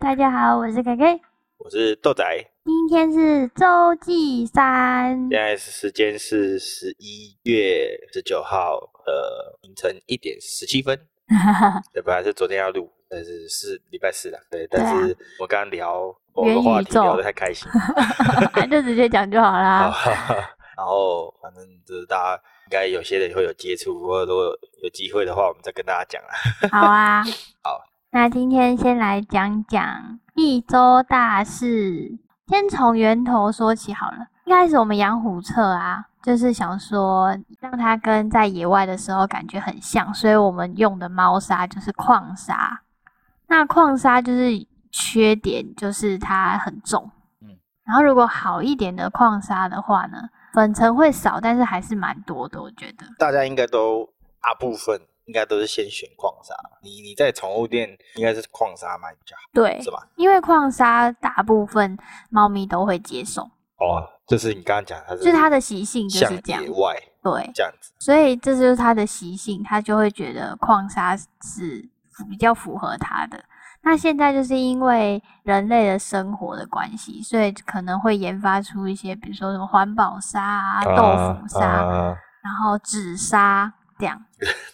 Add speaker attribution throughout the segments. Speaker 1: 大家好，我是 KK，
Speaker 2: 我是豆仔，
Speaker 1: 今天是周记三
Speaker 2: 现，在时间是十一月十九号呃凌晨一点十七分， 对，本来是昨天要录，但是是礼拜四啦，对，但
Speaker 1: 对啊
Speaker 2: 是我刚刚聊某
Speaker 1: 元
Speaker 2: 个话
Speaker 1: 宇
Speaker 2: 题聊
Speaker 1: 宙
Speaker 2: 得太开 心，
Speaker 1: 就直接讲就好
Speaker 2: 好
Speaker 1: 啦。
Speaker 2: 然后反正就是大家应该有些人会有接触，或者如果有机会的话，我们再跟大家讲啦。
Speaker 1: 好啊，
Speaker 2: 好，
Speaker 1: 那今天先来讲讲一周大事，先从源头说起好了。一开始我们养虎彻啊，就是想说让它跟在野外的时候感觉很像，所以我们用的猫砂就是矿砂。那矿砂就是缺点就是它很重，嗯
Speaker 2: 嗯，
Speaker 1: 然后如果好一点的矿砂的话呢，粉尘会少，但是还是蛮多的，我觉得。
Speaker 2: 大家应该都大部分应该都是先选矿砂，你你在宠物店应该是矿砂买比较好，
Speaker 1: 对
Speaker 2: 是，吧？
Speaker 1: 因为矿砂大部分猫咪都会接受，
Speaker 2: 哦，就是你刚刚讲它是
Speaker 1: 就是它的习性就
Speaker 2: 像
Speaker 1: 是这样
Speaker 2: 野。外
Speaker 1: 对，
Speaker 2: 这样子。
Speaker 1: 所以这就是它的习性，它就会觉得矿砂是比较符合它的。那现在就是因为人类的生活的关系，所以可能会研发出一些，比如说什么环保砂啊、豆腐砂，
Speaker 2: 啊
Speaker 1: 然后纸砂 这样，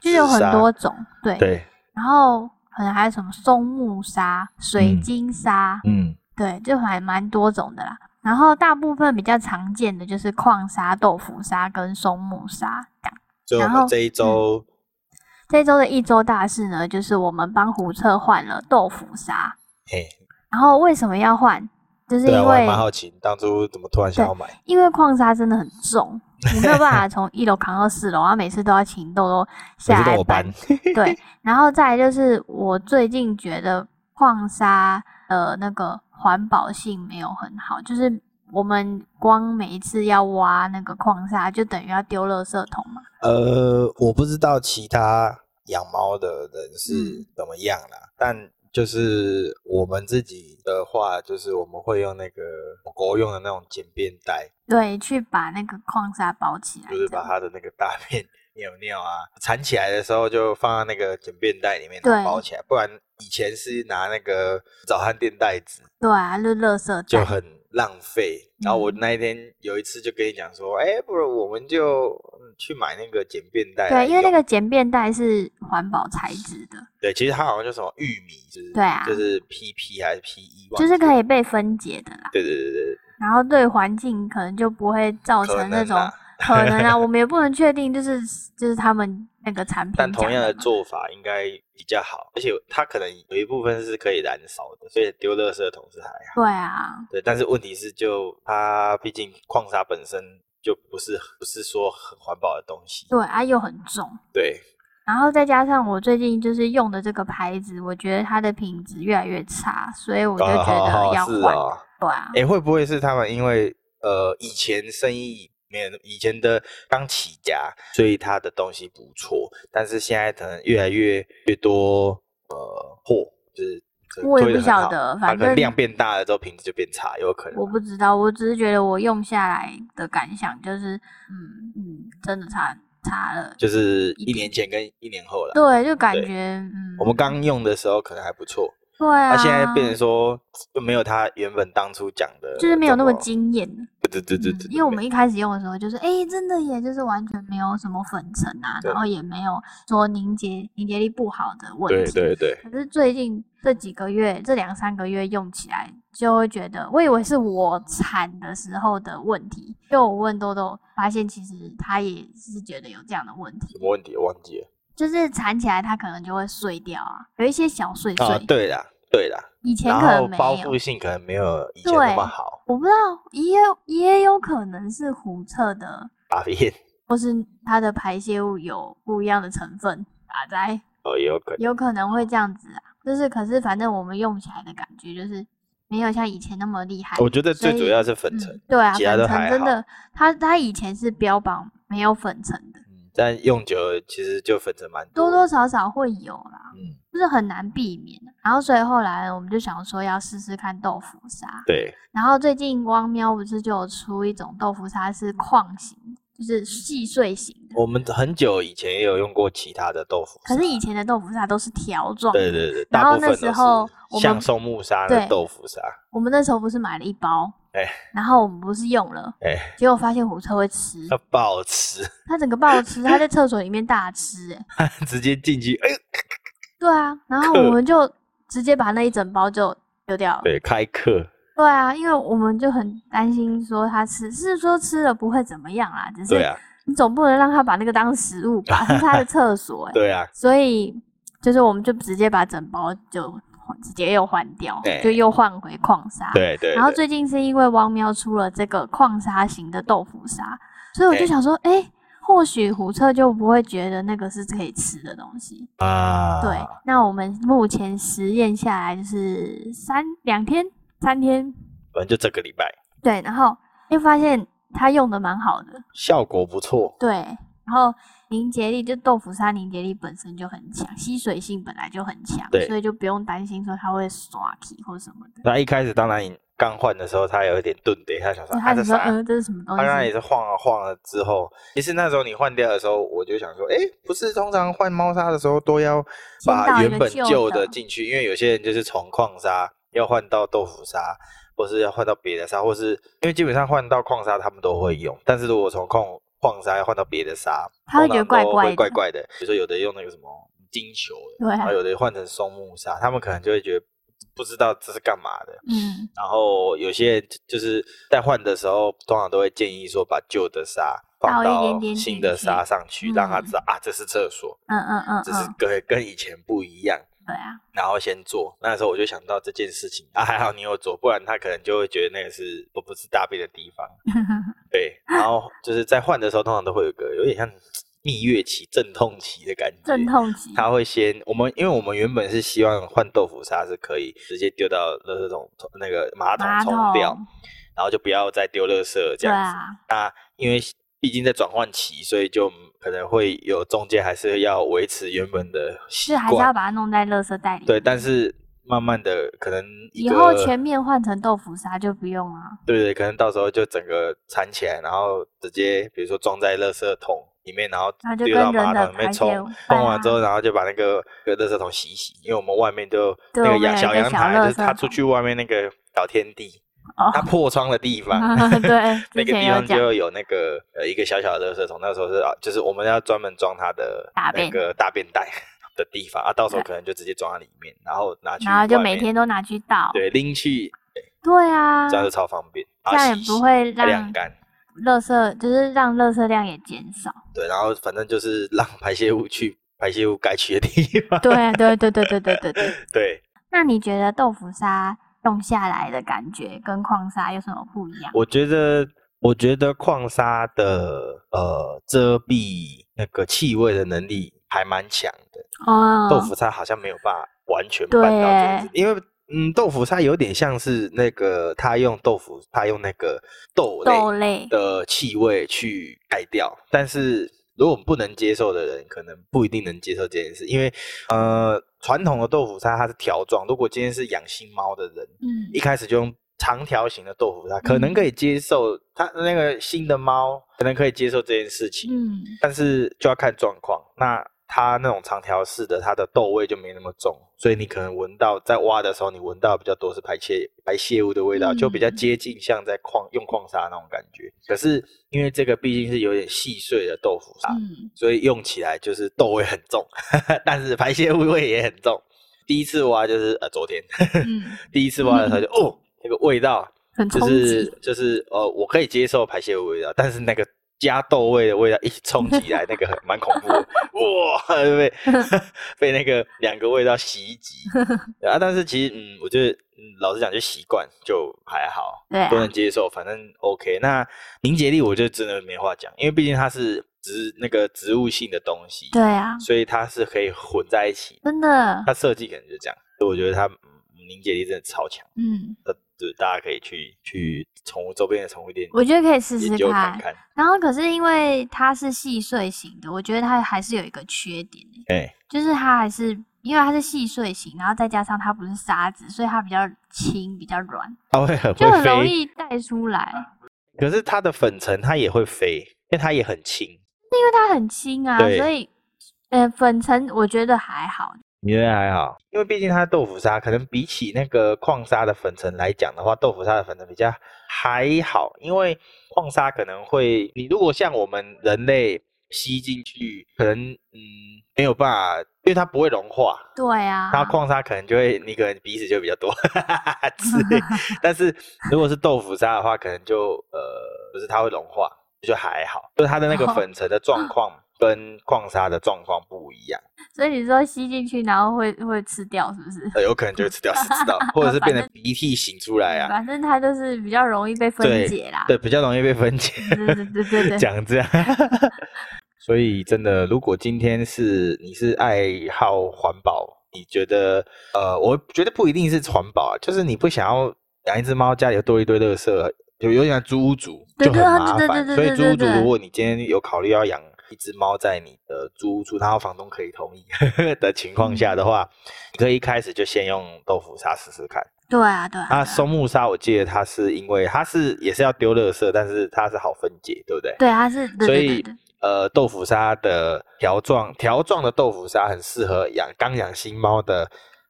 Speaker 1: 就
Speaker 2: 纸
Speaker 1: 有很
Speaker 2: 砂
Speaker 1: 多种。对，
Speaker 2: 对，
Speaker 1: 然后可能还有什么松木砂、水
Speaker 2: 嗯
Speaker 1: 晶砂，
Speaker 2: 嗯，
Speaker 1: 对，就还蛮多种的啦。然后大部分比较常见的就是矿砂、豆腐砂跟松木砂这样。
Speaker 2: 所以我
Speaker 1: 然后
Speaker 2: 们这一周，
Speaker 1: 这周的一周大事呢，就是我们帮胡策换了豆腐砂。
Speaker 2: 嘿，
Speaker 1: 然后为什么要换？嗯就是
Speaker 2: 对啊，
Speaker 1: 因
Speaker 2: 我还
Speaker 1: 为、
Speaker 2: 蛮好奇，你当初怎么突然想要买？
Speaker 1: 因为矿砂真的很重，我没有办法从一楼扛到四楼，然后每次都要请豆豆
Speaker 2: 每
Speaker 1: 下
Speaker 2: 次都
Speaker 1: 来
Speaker 2: 我搬，啊
Speaker 1: 对，然后再来就是我最近觉得矿砂的那个环保性没有很好，就是我们光每一次要挖那个矿砂，就等于要丢垃圾桶嘛。
Speaker 2: 呃，我不知道其他养猫的人是
Speaker 1: 嗯
Speaker 2: 怎么样啦，但就是我们自己的话，就是我们会用那个狗狗用的那种简便袋，
Speaker 1: 对，去把那个矿砂包起来，
Speaker 2: 就是
Speaker 1: 这
Speaker 2: 把
Speaker 1: 样
Speaker 2: 它的那个大便、 尿尿啊缠起来的时候，就放在那个简便袋里面，
Speaker 1: 对
Speaker 2: 然后包起来。不然以前是拿那个早餐店袋子，
Speaker 1: 对啊，就垃圾
Speaker 2: 就
Speaker 1: 袋
Speaker 2: 很浪费。然后我
Speaker 1: 嗯
Speaker 2: 那一天有一次就跟你讲说，哎、不如我们就嗯去买那个简便袋来
Speaker 1: 对，
Speaker 2: 用。
Speaker 1: 因为那个简便袋是环保材质的，
Speaker 2: 对，其实它好像叫什么玉米，就是
Speaker 1: 对啊
Speaker 2: 就是 PP 还是 E，PE，
Speaker 1: 就是
Speaker 2: 以。
Speaker 1: 可以被分解的啦。
Speaker 2: 对对对对，
Speaker 1: 然后对环境可能就不会造
Speaker 2: 可
Speaker 1: 成那
Speaker 2: 能
Speaker 1: 种
Speaker 2: 啦
Speaker 1: 可能 啊，我们也不能确定，就是就是他们那个产品
Speaker 2: 但同
Speaker 1: 讲
Speaker 2: 样的
Speaker 1: 嘛
Speaker 2: 做法应该比较好，而且它可能有一部分是可以燃烧的，所以丢垃圾桶是还好。
Speaker 1: 对啊，
Speaker 2: 对，但是问题是就它毕竟矿砂本身就不是不是说很环保的东西。
Speaker 1: 对啊，又很重。
Speaker 2: 对，
Speaker 1: 然后再加上我最近就是用的这个牌子，我觉得它的品质越来越差，所以我就觉得要
Speaker 2: 啊是
Speaker 1: 换。
Speaker 2: 哦
Speaker 1: 对啊，
Speaker 2: 哎、会不会是他们因为呃以前生意没有那以前的刚起家，所以他的东西不错，但是现在可能越来越越多呃货，就是呃
Speaker 1: 我也
Speaker 2: 推
Speaker 1: 不
Speaker 2: 得很
Speaker 1: 晓
Speaker 2: 好
Speaker 1: 得
Speaker 2: 它
Speaker 1: 反
Speaker 2: 可能量
Speaker 1: 正
Speaker 2: 变大了之后品质就变差，有可能啊
Speaker 1: 我
Speaker 2: 吧。
Speaker 1: 不知道，我只是觉得我用下来的感想就是，嗯嗯，真的差差了。
Speaker 2: 就是
Speaker 1: 一
Speaker 2: 一
Speaker 1: 定
Speaker 2: 年前跟一年后了。
Speaker 1: 对，就感
Speaker 2: 对
Speaker 1: 觉嗯，
Speaker 2: 我们刚用的时候可能还不错，
Speaker 1: 对啊，
Speaker 2: 那、现在变成说就没有他原本当初讲的，
Speaker 1: 就是没有那么。惊艳。
Speaker 2: 对对对对
Speaker 1: 嗯
Speaker 2: 对，
Speaker 1: 因为我们一开始用的时候，就是哎、诶真的也就是完全没有什么粉尘啊，
Speaker 2: 对
Speaker 1: 然后也没有说凝结凝结力不好的问
Speaker 2: 对
Speaker 1: 题。
Speaker 2: 对对，
Speaker 1: 可是最近这几个月，这两三个月用起来，就会觉得，我以为是我产的时候的问题，就我问豆豆，发现其实他也是觉得有这样的问
Speaker 2: 什
Speaker 1: 题，
Speaker 2: 么问题我忘记了
Speaker 1: 就是产起来它可能就会碎掉啊，有一些小碎碎，
Speaker 2: 啊？对啦对啦，
Speaker 1: 以前
Speaker 2: 然
Speaker 1: 可
Speaker 2: 后
Speaker 1: 能没
Speaker 2: 包
Speaker 1: 有
Speaker 2: 覆。性可能没有以前那么
Speaker 1: 对
Speaker 2: 好，
Speaker 1: 我不知道，也有也有可能是胡测的，
Speaker 2: 发现
Speaker 1: 或是它的排泄物有不一样的成分打在，
Speaker 2: 哦也有可能。
Speaker 1: 有可能会这样子啊。就是可是反正我们用起来的感觉就是没有像以前那么厉害。
Speaker 2: 我觉得最
Speaker 1: 所
Speaker 2: 主
Speaker 1: 以
Speaker 2: 要是粉尘
Speaker 1: 嗯，，对啊，
Speaker 2: 其他
Speaker 1: 粉
Speaker 2: 都
Speaker 1: 尘
Speaker 2: 还
Speaker 1: 真
Speaker 2: 好
Speaker 1: 的，它它以前是标榜没有粉尘的，
Speaker 2: 嗯但用久了其实就粉尘蛮
Speaker 1: 多
Speaker 2: 的
Speaker 1: 多少少会有啦，
Speaker 2: 嗯，
Speaker 1: 就是很难避免。然后所以后来我们就想说要试试看豆腐砂，
Speaker 2: 对，
Speaker 1: 然后最近汪喵不是就有出一种豆腐砂是矿型，就是细碎型的。
Speaker 2: 我们很久以前也有用过其他的豆腐
Speaker 1: 可
Speaker 2: 沙，
Speaker 1: 是以前的豆腐沙都是条状，
Speaker 2: 对对对，
Speaker 1: 然
Speaker 2: 大
Speaker 1: 后
Speaker 2: 部
Speaker 1: 那
Speaker 2: 分
Speaker 1: 时
Speaker 2: 都是
Speaker 1: 候我
Speaker 2: 像
Speaker 1: 们
Speaker 2: 松木沙的
Speaker 1: 对
Speaker 2: 豆腐沙，
Speaker 1: 我们那时候不是买了一包，
Speaker 2: 哎
Speaker 1: 然后我们不是用了，
Speaker 2: 哎，
Speaker 1: 结果发现虎彻会吃，
Speaker 2: 它不好吃，
Speaker 1: 他整个暴吃，他在厕所里面大吃、哎，
Speaker 2: 直接进去，哎呦，
Speaker 1: 对啊，然后
Speaker 2: 克
Speaker 1: 我们就直接把那一整包就丢掉了。
Speaker 2: 对，开课，
Speaker 1: 对啊，因为我们就很担心说他吃，是说吃了不会怎么样啦，只
Speaker 2: 对
Speaker 1: 是
Speaker 2: 啊，
Speaker 1: 你总不能让他把那个当食物吧，是他的厕所、哎，
Speaker 2: 对啊，
Speaker 1: 所以就是我们就直接把整包就直接又换掉，
Speaker 2: 对
Speaker 1: 就又换回矿沙。
Speaker 2: 对对，
Speaker 1: 然后
Speaker 2: 对
Speaker 1: 最近是因为汪喵出了这个矿沙型的豆腐沙，所以我就
Speaker 2: 对
Speaker 1: 想说，哎、或许虎彻就不会觉得那个是可以吃的东西。
Speaker 2: 啊，
Speaker 1: 对，那我们目前实验下来就是三两天，三天，
Speaker 2: 反正就这个礼拜
Speaker 1: 对，然后就发现它用的蛮好的，
Speaker 2: 效果不错，
Speaker 1: 对，然后凝结力就豆腐沙凝结力本身就很强，吸水性本来就很强
Speaker 2: 对，
Speaker 1: 所以就不用担心说它会刷皮或什么的。
Speaker 2: 那一开始当然你刚换的时候，他有一点顿的，他想说
Speaker 1: 就
Speaker 2: 啊
Speaker 1: 他
Speaker 2: 这
Speaker 1: 就说，
Speaker 2: 啥？
Speaker 1: 呃，这是什么东
Speaker 2: 他
Speaker 1: 西？
Speaker 2: 刚才也是晃啊晃了之后，其实那时候你换掉的时候，我就想说，哎、不是通常换猫砂的时候都要
Speaker 1: 先
Speaker 2: 把
Speaker 1: 倒一
Speaker 2: 原
Speaker 1: 个
Speaker 2: 本
Speaker 1: 旧
Speaker 2: 旧的
Speaker 1: 的
Speaker 2: 进去，因为有些人就是从矿砂要换到豆腐砂，或是要换到别的砂，或是因为基本上换到矿砂他们都会用，但是如果从矿矿砂要换到别的砂，
Speaker 1: 他会觉得
Speaker 2: 通常都
Speaker 1: 怪怪
Speaker 2: 会
Speaker 1: 的
Speaker 2: 怪怪的。比如说有的用那个什么金球的，
Speaker 1: 对啊
Speaker 2: 然后有的换成松木砂，他们可能就会觉得不知道这是干嘛的。
Speaker 1: 嗯，
Speaker 2: 然后有些人就是在换的时候，通常都会建议说把旧的沙放
Speaker 1: 倒一点
Speaker 2: 到
Speaker 1: 点
Speaker 2: 新
Speaker 1: 进
Speaker 2: 的
Speaker 1: 去
Speaker 2: 沙上去，让他
Speaker 1: 嗯
Speaker 2: 知道啊这是厕所，
Speaker 1: 嗯嗯嗯
Speaker 2: 这是
Speaker 1: 嗯，
Speaker 2: 跟跟以前不一样。
Speaker 1: 对啊，
Speaker 2: 然后先做，那时候我就想到这件事情啊，还好你有做，不然他可能就会觉得那个是不不是大便的地 方。对，然后就是在换的时候，通常都会有一个有点像蜜月期、阵痛期的感觉。
Speaker 1: 阵痛期。
Speaker 2: 他会先我们，因为我们原本是希望换豆腐沙是可以直接丢到垃圾桶冲那个马桶
Speaker 1: 马
Speaker 2: 冲
Speaker 1: 桶
Speaker 2: 掉，然后就不要再丢垃圾了这
Speaker 1: 对
Speaker 2: 样子。
Speaker 1: 啊，
Speaker 2: 那因为毕竟在转换期，所以就可能会有中介还是要维持原本的习
Speaker 1: 是还是要
Speaker 2: 惯，
Speaker 1: 把它弄在垃圾袋里。
Speaker 2: 对，但是。慢慢的，可能一
Speaker 1: 以
Speaker 2: 个
Speaker 1: 后全面换成豆腐沙就不用了。
Speaker 2: 对对，可能到时候就整个缠起来，然后直接比如说装在垃圾桶里面，然后
Speaker 1: 然后就
Speaker 2: 丢
Speaker 1: 跟
Speaker 2: 到马
Speaker 1: 人的
Speaker 2: 桶里面
Speaker 1: 排
Speaker 2: 冲
Speaker 1: 泄，
Speaker 2: 冲完之
Speaker 1: 把
Speaker 2: 后，然后就把那个那个垃圾桶洗一洗，因为我们外面就
Speaker 1: 对
Speaker 2: 那个
Speaker 1: 我们
Speaker 2: 阳
Speaker 1: 有一
Speaker 2: 小
Speaker 1: 个
Speaker 2: 阳
Speaker 1: 小
Speaker 2: 台，
Speaker 1: 垃
Speaker 2: 就是
Speaker 1: 圾
Speaker 2: 他出
Speaker 1: 桶
Speaker 2: 去外面那个小天地，
Speaker 1: 哦
Speaker 2: 他，破窗的地方。
Speaker 1: 对，
Speaker 2: 那个
Speaker 1: 之前
Speaker 2: 地
Speaker 1: 有
Speaker 2: 方
Speaker 1: 讲，
Speaker 2: 就有那个呃一个小小的垃圾桶，那时候是啊，就是我们要专门装它的
Speaker 1: 大
Speaker 2: 那
Speaker 1: 便
Speaker 2: 个大便袋 的地方啊，到时候
Speaker 1: 对
Speaker 2: 可能就直接装在里面，然后拿去
Speaker 1: 然后就
Speaker 2: 外
Speaker 1: 每
Speaker 2: 面
Speaker 1: 天都拿去倒。
Speaker 2: 对拎去，
Speaker 1: 对啊，
Speaker 2: 这样就超方便，
Speaker 1: 这样也不会
Speaker 2: 晾
Speaker 1: 让
Speaker 2: 干。
Speaker 1: 垃圾，就是让垃圾量也减 少。
Speaker 2: 对，然后反正就是让 排泄物去排泄物该去的地方。
Speaker 1: 对啊对对对对对对对。
Speaker 2: 对，
Speaker 1: 那你觉得豆腐沙用下来的感觉跟矿沙有什么不一样？
Speaker 2: 我觉得，我觉得矿沙的呃遮蔽那个气味的能力还蛮强的，
Speaker 1: 哦，
Speaker 2: 豆腐沙好像没有办法完全
Speaker 1: 对
Speaker 2: 办到这件
Speaker 1: 耶
Speaker 2: 事，因为。嗯，豆腐沙有点像是那个他用豆腐，他用那个豆类
Speaker 1: 豆类，
Speaker 2: 的气味去盖掉。但是如果我们不能接受的人，可能不一定能接受这件事，因为呃，传统的豆腐沙它是条状，如果今天是养新猫的人，
Speaker 1: 嗯，
Speaker 2: 一开始就用长条形的豆腐沙，可能
Speaker 1: 嗯
Speaker 2: 可以接受，它那个新的猫可能可以接受这件事情，
Speaker 1: 嗯，
Speaker 2: 但是就要看状况。那它那种长条式的，它的豆味就没那么重，所以你可能闻到在挖的时候，你闻到比较多是排泄排泄物的味道，就比较
Speaker 1: 嗯
Speaker 2: 接近像在矿用矿砂那种感觉。可是因为这个毕竟是有点细碎的豆腐沙，
Speaker 1: 嗯，
Speaker 2: 所以用起来就是豆味很重， 但是排泄物味也很重。第一次挖就是呃昨天，
Speaker 1: 嗯，
Speaker 2: 第一次挖的时候就哦那个味道
Speaker 1: 很
Speaker 2: 就
Speaker 1: 冲
Speaker 2: 是
Speaker 1: 击，
Speaker 2: 就是呃，我可以接受排泄物味道，但是那个加豆味的味道一起冲起来，那个很蛮恐 怖的，哇，被 被那个两个味道袭击对啊！但是其实嗯，我觉得嗯老实讲就习惯就还好，
Speaker 1: 对啊
Speaker 2: 都能接受，反正 OK。那凝结力我就真的没话讲，因为毕竟它是植那个植物性的东西，
Speaker 1: 对啊，
Speaker 2: 所以它是可以混在一起，
Speaker 1: 真的，
Speaker 2: 它设计可能就这样，所以我觉得它嗯凝结力真的超强。
Speaker 1: 嗯，
Speaker 2: 呃，就是大家可以去去宠物周边的宠物店，
Speaker 1: 我觉得可以试
Speaker 2: 研
Speaker 1: 试
Speaker 2: 究
Speaker 1: 看
Speaker 2: 看。看。
Speaker 1: 然后可是因为它是细碎型的，我觉得它还是有一个缺点欸，
Speaker 2: 哎，
Speaker 1: 就是它还是因为它是细碎型，然后再加上它不是沙子，所以它比较轻，比较软，
Speaker 2: 它会很
Speaker 1: 就
Speaker 2: 会
Speaker 1: 很容
Speaker 2: 飞，
Speaker 1: 易带出来。
Speaker 2: 可是它的粉尘它也会飞，因为它也很轻。
Speaker 1: 因为它很轻啊，
Speaker 2: 对
Speaker 1: 所以呃粉尘我觉得还好。
Speaker 2: 你觉得还好？因为毕竟它是豆腐沙，可能比起那个矿沙的粉尘来讲的话，豆腐沙的粉尘比较还好，因为矿沙可能会，你如果像我们人类吸进去，可能嗯没有办法，因为它不会融化，
Speaker 1: 对啊，
Speaker 2: 它矿沙可能就会你可能鼻屎就比较多之类。但是如果是豆腐沙的话，可能就呃，就是它会融化，就还好，就是它的那个
Speaker 1: 哦
Speaker 2: 粉尘的状况跟矿沙的状况不一样。
Speaker 1: 所以你说吸进去然后会会吃掉是不是？
Speaker 2: 呃，有可能就会吃掉，谁知道？或者是变成鼻涕醒出来啊？
Speaker 1: 反正它就是比较容易被分
Speaker 2: 对
Speaker 1: 解啦。
Speaker 2: 对，比较容易被分解。
Speaker 1: 对对对对对对，
Speaker 2: 讲这样， 所以真的，如果今天是你是爱好环保，你觉得呃，我觉得不一定是环保啊，就是你不想要养一只猫，家里又多一堆垃圾，有有点像租屋族
Speaker 1: 对
Speaker 2: 就很
Speaker 1: 对啊
Speaker 2: 麻
Speaker 1: 对对
Speaker 2: 烦。
Speaker 1: 对
Speaker 2: 所以
Speaker 1: 对
Speaker 2: 租
Speaker 1: 对
Speaker 2: 屋族，
Speaker 1: 对
Speaker 2: 如果你今天有考虑要养一只猫在你的租屋处，然后房东可以同意 的情况下的话，
Speaker 1: 嗯
Speaker 2: 你可以一开始就先用豆腐砂试试看。
Speaker 1: 对啊对啊。对
Speaker 2: 那
Speaker 1: 啊
Speaker 2: 松木砂，我记得它是因为它是也是要丢垃圾，但是它是好分解，对不对？
Speaker 1: 对，它是
Speaker 2: 所
Speaker 1: 对对对
Speaker 2: 以
Speaker 1: 对
Speaker 2: 呃，豆腐砂的条状条状的豆腐砂很适合养刚养新猫的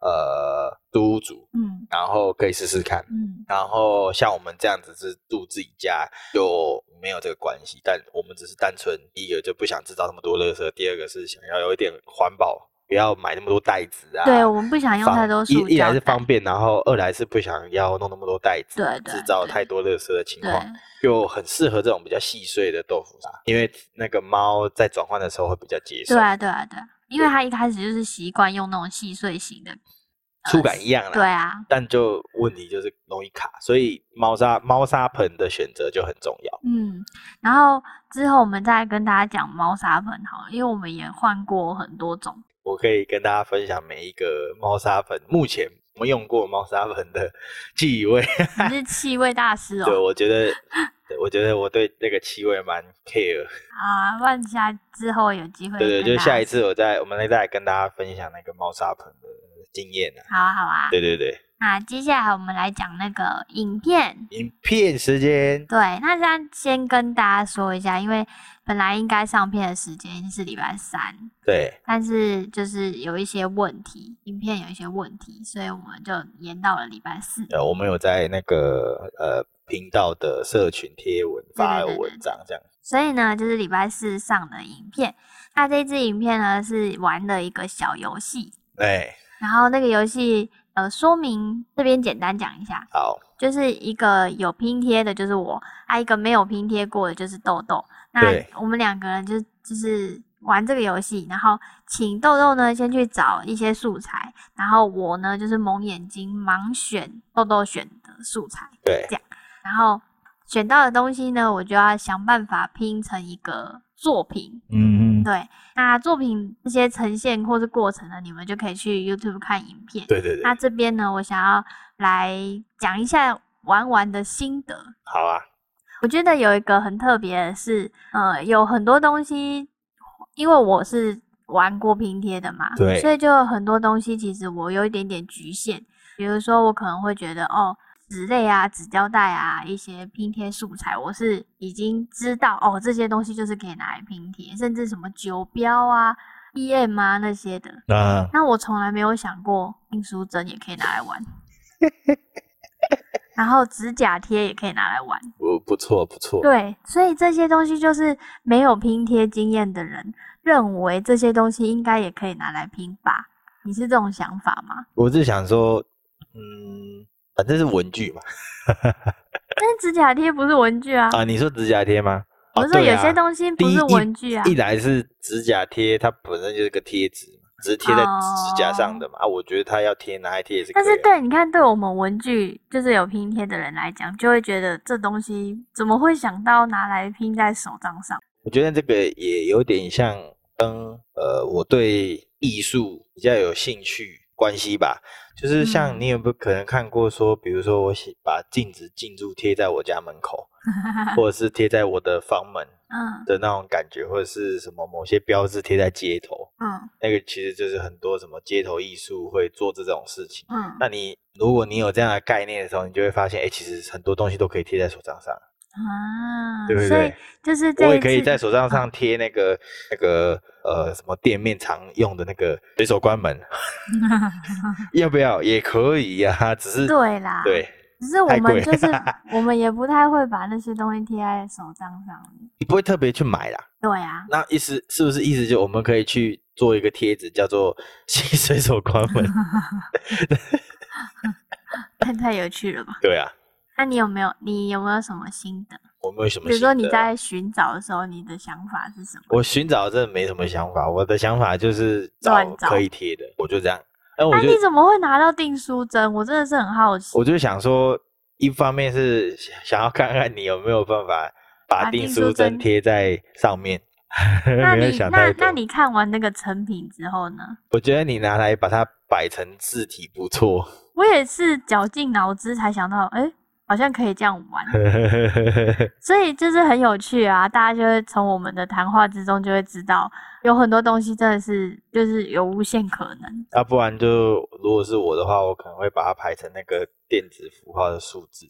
Speaker 2: 呃租屋主，
Speaker 1: 嗯
Speaker 2: 然后可以试试看。
Speaker 1: 嗯，
Speaker 2: 然后像我们这样子是住自己家，就没有这个关系。但我们只是单纯一个就不想制造那么多垃圾，第二个是想要有一点环保，不要买那么多袋子啊。
Speaker 1: 对，我们不想用
Speaker 2: 方
Speaker 1: 太多塑
Speaker 2: 一一来
Speaker 1: 胶
Speaker 2: 是
Speaker 1: 袋
Speaker 2: 方。便，然后二来是不想要弄那么多袋子，
Speaker 1: 对对
Speaker 2: 制造
Speaker 1: 对
Speaker 2: 太多垃圾的情
Speaker 1: 对
Speaker 2: 况，就很适合这种比较细碎的豆腐沙，因为那个猫在转换的时候会比较接受，
Speaker 1: 对啊对啊对啊，因为它一开始就是习惯用那种细碎型的。呃
Speaker 2: 触感一样啦。
Speaker 1: 对啊，
Speaker 2: 但就问题就是容易卡，所以猫砂猫砂盆的选择就很重要。
Speaker 1: 嗯，然后之后我们再跟大家讲猫砂盆好了，因为我们也换过很多种。
Speaker 2: 我可以跟大家分享每一个猫砂盆，目前我们用过猫砂盆的气味。
Speaker 1: 你 是气味大师
Speaker 2: 对，
Speaker 1: 哦，
Speaker 2: 我觉得，对我觉得我对那个气味蛮 care
Speaker 1: 啊，万下之后有机会
Speaker 2: 对对，
Speaker 1: 跟
Speaker 2: 就是
Speaker 1: 大
Speaker 2: 下
Speaker 1: 家
Speaker 2: 一次我再我们再来跟大家分享那个猫砂盆的经验啊。
Speaker 1: 好啊好啊。
Speaker 2: 对对对，
Speaker 1: 那接下来我们来讲那个影片。
Speaker 2: 影片时间，
Speaker 1: 对，那这样先跟大家说一下，因为本来应该上片的时间是礼拜三，
Speaker 2: 对
Speaker 1: 但是就是有一些问题，影片有一些问题，所以我们就延到了礼拜四。
Speaker 2: 呃，我们有在那个呃频道的社群贴文发
Speaker 1: 对对对
Speaker 2: 文章这样。
Speaker 1: 所以呢，就是礼拜四上的影片。那这支影片呢是玩的一个小游戏，
Speaker 2: 哎，
Speaker 1: 然后那个游戏呃说明这边简单讲一下，
Speaker 2: 好，
Speaker 1: 就是一个有拼贴的，就是我；啊，一个没有拼贴过的，就是豆豆。那
Speaker 2: 对
Speaker 1: 我们两个人就就是玩这个游戏，然后请豆豆呢先去找一些素材，然后我呢就是蒙眼睛盲选豆豆选的素材。
Speaker 2: 对
Speaker 1: 然后选到的东西呢，我就要想办法拼成一个作品。
Speaker 2: 嗯嗯，
Speaker 1: 对，那作品这些呈现或是过程呢，你们就可以去 YouTube 看影片。
Speaker 2: 对对对
Speaker 1: 那，这边呢，我想要来讲一下玩玩的心得。
Speaker 2: 好啊，
Speaker 1: 我觉得有一个很特别的是，呃，有很多东西，因为我是玩过拼贴的嘛，
Speaker 2: 对
Speaker 1: 所以就有很多东西其实我有一点点局限。比如说，我可能会觉得，哦，纸类啊、纸胶带啊，一些拼贴素材，我是已经知道，哦，这些东西就是可以拿来拼贴，甚至什么酒标啊、EM 啊那些的。
Speaker 2: 那
Speaker 1: 那我从来没有想过订书针也可以拿 来玩，然后指甲贴也可以拿来玩。
Speaker 2: 不不错不错，
Speaker 1: 对，所以这些东西就是没有拼贴经验的人认为这些东西应该也可以拿来拼吧？你是这种想法吗？
Speaker 2: 我是想说，嗯，反正是文具嘛。
Speaker 1: 但是指甲贴不是文具啊，
Speaker 2: 啊，你说指甲贴吗？
Speaker 1: 我
Speaker 2: 哦
Speaker 1: 说
Speaker 2: 对
Speaker 1: 有
Speaker 2: 啊
Speaker 1: 些东西不
Speaker 2: 第一
Speaker 1: 是
Speaker 2: 一
Speaker 1: 文具啊。
Speaker 2: 一来是指甲贴，它本身就是个贴纸嘛，只是贴在指甲上的嘛。啊，我觉得它要贴拿来贴也是可以
Speaker 1: 哦但
Speaker 2: 啊。
Speaker 1: 是对，你看，对我们文具就是有拼贴的人来讲，就会觉得这东西怎么会想到拿来拼在手账上？
Speaker 2: 我觉得这个也有点像跟呃我对艺术比较有兴趣关系吧。就是像
Speaker 1: 嗯
Speaker 2: 你有没有可能看过说，比如说我写把禁止进入贴在我家门口，或者是贴在我的房 门
Speaker 1: 嗯
Speaker 2: 的那种感觉，或者是什么某些标志贴在街头，
Speaker 1: 嗯
Speaker 2: 那个其实就是很多什么街头艺术会做这种事情。
Speaker 1: 嗯，
Speaker 2: 那你如果你有这样的概念的时候，你就会发现，哎、其实很多东西都可以贴在手账上。
Speaker 1: 啊，
Speaker 2: 对不
Speaker 1: 所以
Speaker 2: 对？
Speaker 1: 就是这
Speaker 2: 我
Speaker 1: 一
Speaker 2: 也可以
Speaker 1: 次啊
Speaker 2: 在手杖上贴那个、那个呃什么店面常用的那个随手关 门，要不要？也可以呀、只是
Speaker 1: 对啊啦，，
Speaker 2: 对
Speaker 1: 只是我
Speaker 2: 太
Speaker 1: 们
Speaker 2: 贵
Speaker 1: 就是 我们也不太会把那些东西贴在手账上面。
Speaker 2: 你不会特别去买啦。
Speaker 1: 对啊，
Speaker 2: 那意思是不是意思就我们可以去做一个贴纸，叫做“洗随手关 门
Speaker 1: 太太有趣了吧？”？
Speaker 2: 对啊，
Speaker 1: 那你有没有你有没有什么心得？
Speaker 2: 我没有什么。哦
Speaker 1: 比如说你，在寻找的时候，你的想法是什么？
Speaker 2: 我寻找真的没什么想法，我的想法就是找
Speaker 1: 乱找
Speaker 2: 可以贴的，我就这样。但哦我
Speaker 1: 那
Speaker 2: 就
Speaker 1: 你怎么会拿到订书针？我真的是很好奇。
Speaker 2: 我就想说，一方面是想想要看看你有没有办法把
Speaker 1: 把
Speaker 2: 订
Speaker 1: 订
Speaker 2: 书
Speaker 1: 书
Speaker 2: 针
Speaker 1: 针
Speaker 2: 贴在上面，
Speaker 1: 那
Speaker 2: 没有
Speaker 1: 你
Speaker 2: 想
Speaker 1: 那
Speaker 2: 太
Speaker 1: 那
Speaker 2: 多。
Speaker 1: 你看完那个成品之后呢？
Speaker 2: 我觉得你拿来把它摆成字体不错，
Speaker 1: 我也是绞尽脑汁才想到，哎、好像可以这样玩，所以就是很有趣啊！大家就会从我们的谈话之中就会知道，有很多东西真的是就是有无限可能。
Speaker 2: 要啊不然就如果是我的话，我可能会把它排成那个电子符号的数字，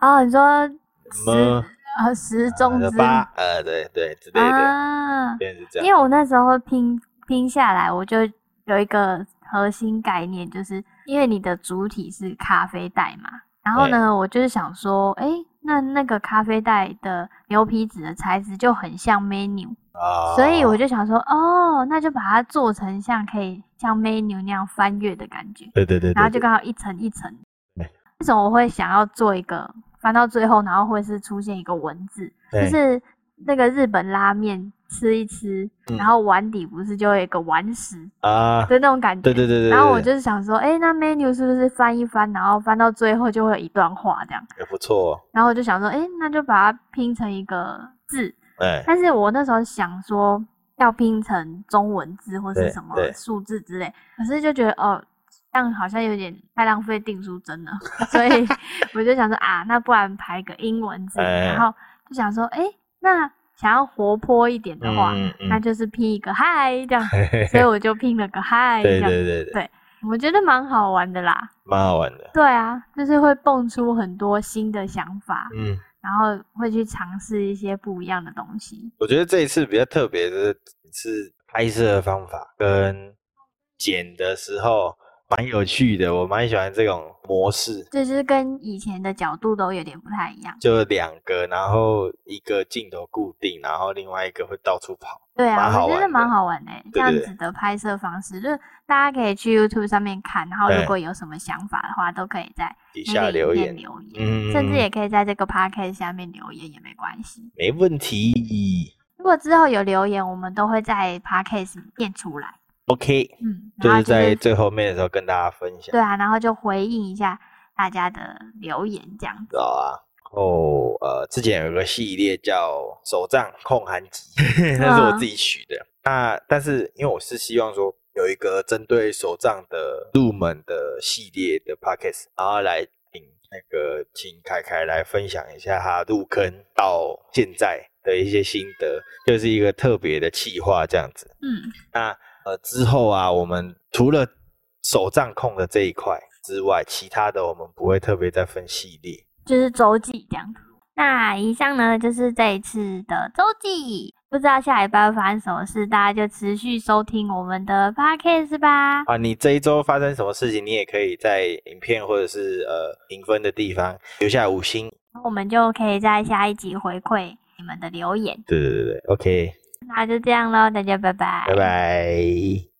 Speaker 1: 哦，你说
Speaker 2: 什
Speaker 1: 十
Speaker 2: 么
Speaker 1: 呃时钟
Speaker 2: 呃
Speaker 1: 之
Speaker 2: 八呃对对之类的，
Speaker 1: 啊，
Speaker 2: 变成是这
Speaker 1: 因
Speaker 2: 样。
Speaker 1: 为我那时候拼拼下来，我就有一个核心概念，就是因为你的主体是咖啡袋嘛，然后呢，我就是想说，哎、那那个咖啡袋的牛皮纸的材质就很像 menu，、
Speaker 2: 啊，
Speaker 1: 所以我就想说，哦，那就把它做成像可以像 menu 那样翻阅的感觉，
Speaker 2: 对对对，对
Speaker 1: 然后
Speaker 2: 对
Speaker 1: 就刚好一层一层。
Speaker 2: 对
Speaker 1: 为什么我会想要做一个翻到最后，然后会是出现一个文字？就
Speaker 2: 对
Speaker 1: 是那个日本拉面吃一吃，
Speaker 2: 嗯
Speaker 1: 然后碗底不是就会有一个碗石
Speaker 2: 啊，
Speaker 1: 的那种感觉。
Speaker 2: 对对对对，
Speaker 1: 然后我
Speaker 2: 对
Speaker 1: 就是想说，哎、那 menu 是不是翻一翻，然后翻到最后就会有一段话这样？
Speaker 2: 也不错哦，
Speaker 1: 然后我就想说，哎、那就把它拼成一个字。
Speaker 2: 哎，
Speaker 1: 但是我那时候想说要拼成中文字或
Speaker 2: 对
Speaker 1: 是什么
Speaker 2: 对
Speaker 1: 数字之类，可是就觉得哦，这样好像有点太浪费订书针了， 所以我就想说啊，那不然排个英文字，
Speaker 2: 哎
Speaker 1: 然后就想说，哎，那想要活泼一点的话，
Speaker 2: 嗯
Speaker 1: 那
Speaker 2: 嗯，，
Speaker 1: 就是拼一个嗨这样
Speaker 2: 嘿嘿
Speaker 1: 所以
Speaker 2: 嘿
Speaker 1: 我就拼了个嗨这
Speaker 2: 对
Speaker 1: 样，
Speaker 2: 对对对，
Speaker 1: 我觉得蛮好玩的啦。
Speaker 2: 蛮好玩的，
Speaker 1: 对啊，就是会蹦出很多新的想法，
Speaker 2: 嗯。
Speaker 1: 然后会去尝试一些不一样的东西。
Speaker 2: 我觉得这一次比较特别的是拍摄的方法跟剪的时候蛮有趣的，我蛮喜欢这种模式，
Speaker 1: 这就是跟以前的角度都有点不太一样。
Speaker 2: 就两个，然后一个镜头固定，然后另外一个会到处跑。
Speaker 1: 对啊，
Speaker 2: 蛮好
Speaker 1: 我觉
Speaker 2: 玩
Speaker 1: 得
Speaker 2: 的
Speaker 1: 蛮好玩的欸、这
Speaker 2: 对
Speaker 1: 样
Speaker 2: 对
Speaker 1: 子的拍摄方式，就是大家可以去 YouTube 上面看，然后如
Speaker 2: 哎
Speaker 1: 果有什么想法的话，都可以在
Speaker 2: 底
Speaker 1: 那
Speaker 2: 下
Speaker 1: 个影
Speaker 2: 留
Speaker 1: 片
Speaker 2: 言，
Speaker 1: 留言，
Speaker 2: 嗯，
Speaker 1: 甚至也可以在这个 podcast 下面留言也没关系。
Speaker 2: 没问题。
Speaker 1: 如果之后有留言，我们都会在 podcast 里念出来。
Speaker 2: OK，
Speaker 1: 嗯，
Speaker 2: 就
Speaker 1: 然后
Speaker 2: 是在
Speaker 1: 是
Speaker 2: 最后面的时候跟大家分享
Speaker 1: 对。啊，然后就回应一下大家的留言这样子。
Speaker 2: 知道啊。哦，呃，之前有一个系列叫《手账控韩集》，那是我自己取的。那但是因为我是希望说有一个针对手账的入门的系列的 podcast，然后来请那个请凯凯来分享一下他入坑到现在的一些心得，就是一个特别的企划这样子。
Speaker 1: 嗯，
Speaker 2: 那呃之后啊，我们除了手账控的这一块之外，其他的我们不会特别再分系列。
Speaker 1: 就是周记这样。那以上呢，就是这一次的周记。不知道下礼拜会发生什么事，大家就持续收听我们的 podcast 吧。
Speaker 2: 啊，你这一周发生什么事情，你也可以在影片或者是呃评分的地方留下五星。
Speaker 1: 我们就可以在下一集回馈你们的留言。
Speaker 2: 对对对对，OK，
Speaker 1: 那就这样喽，大家拜拜。
Speaker 2: 拜拜。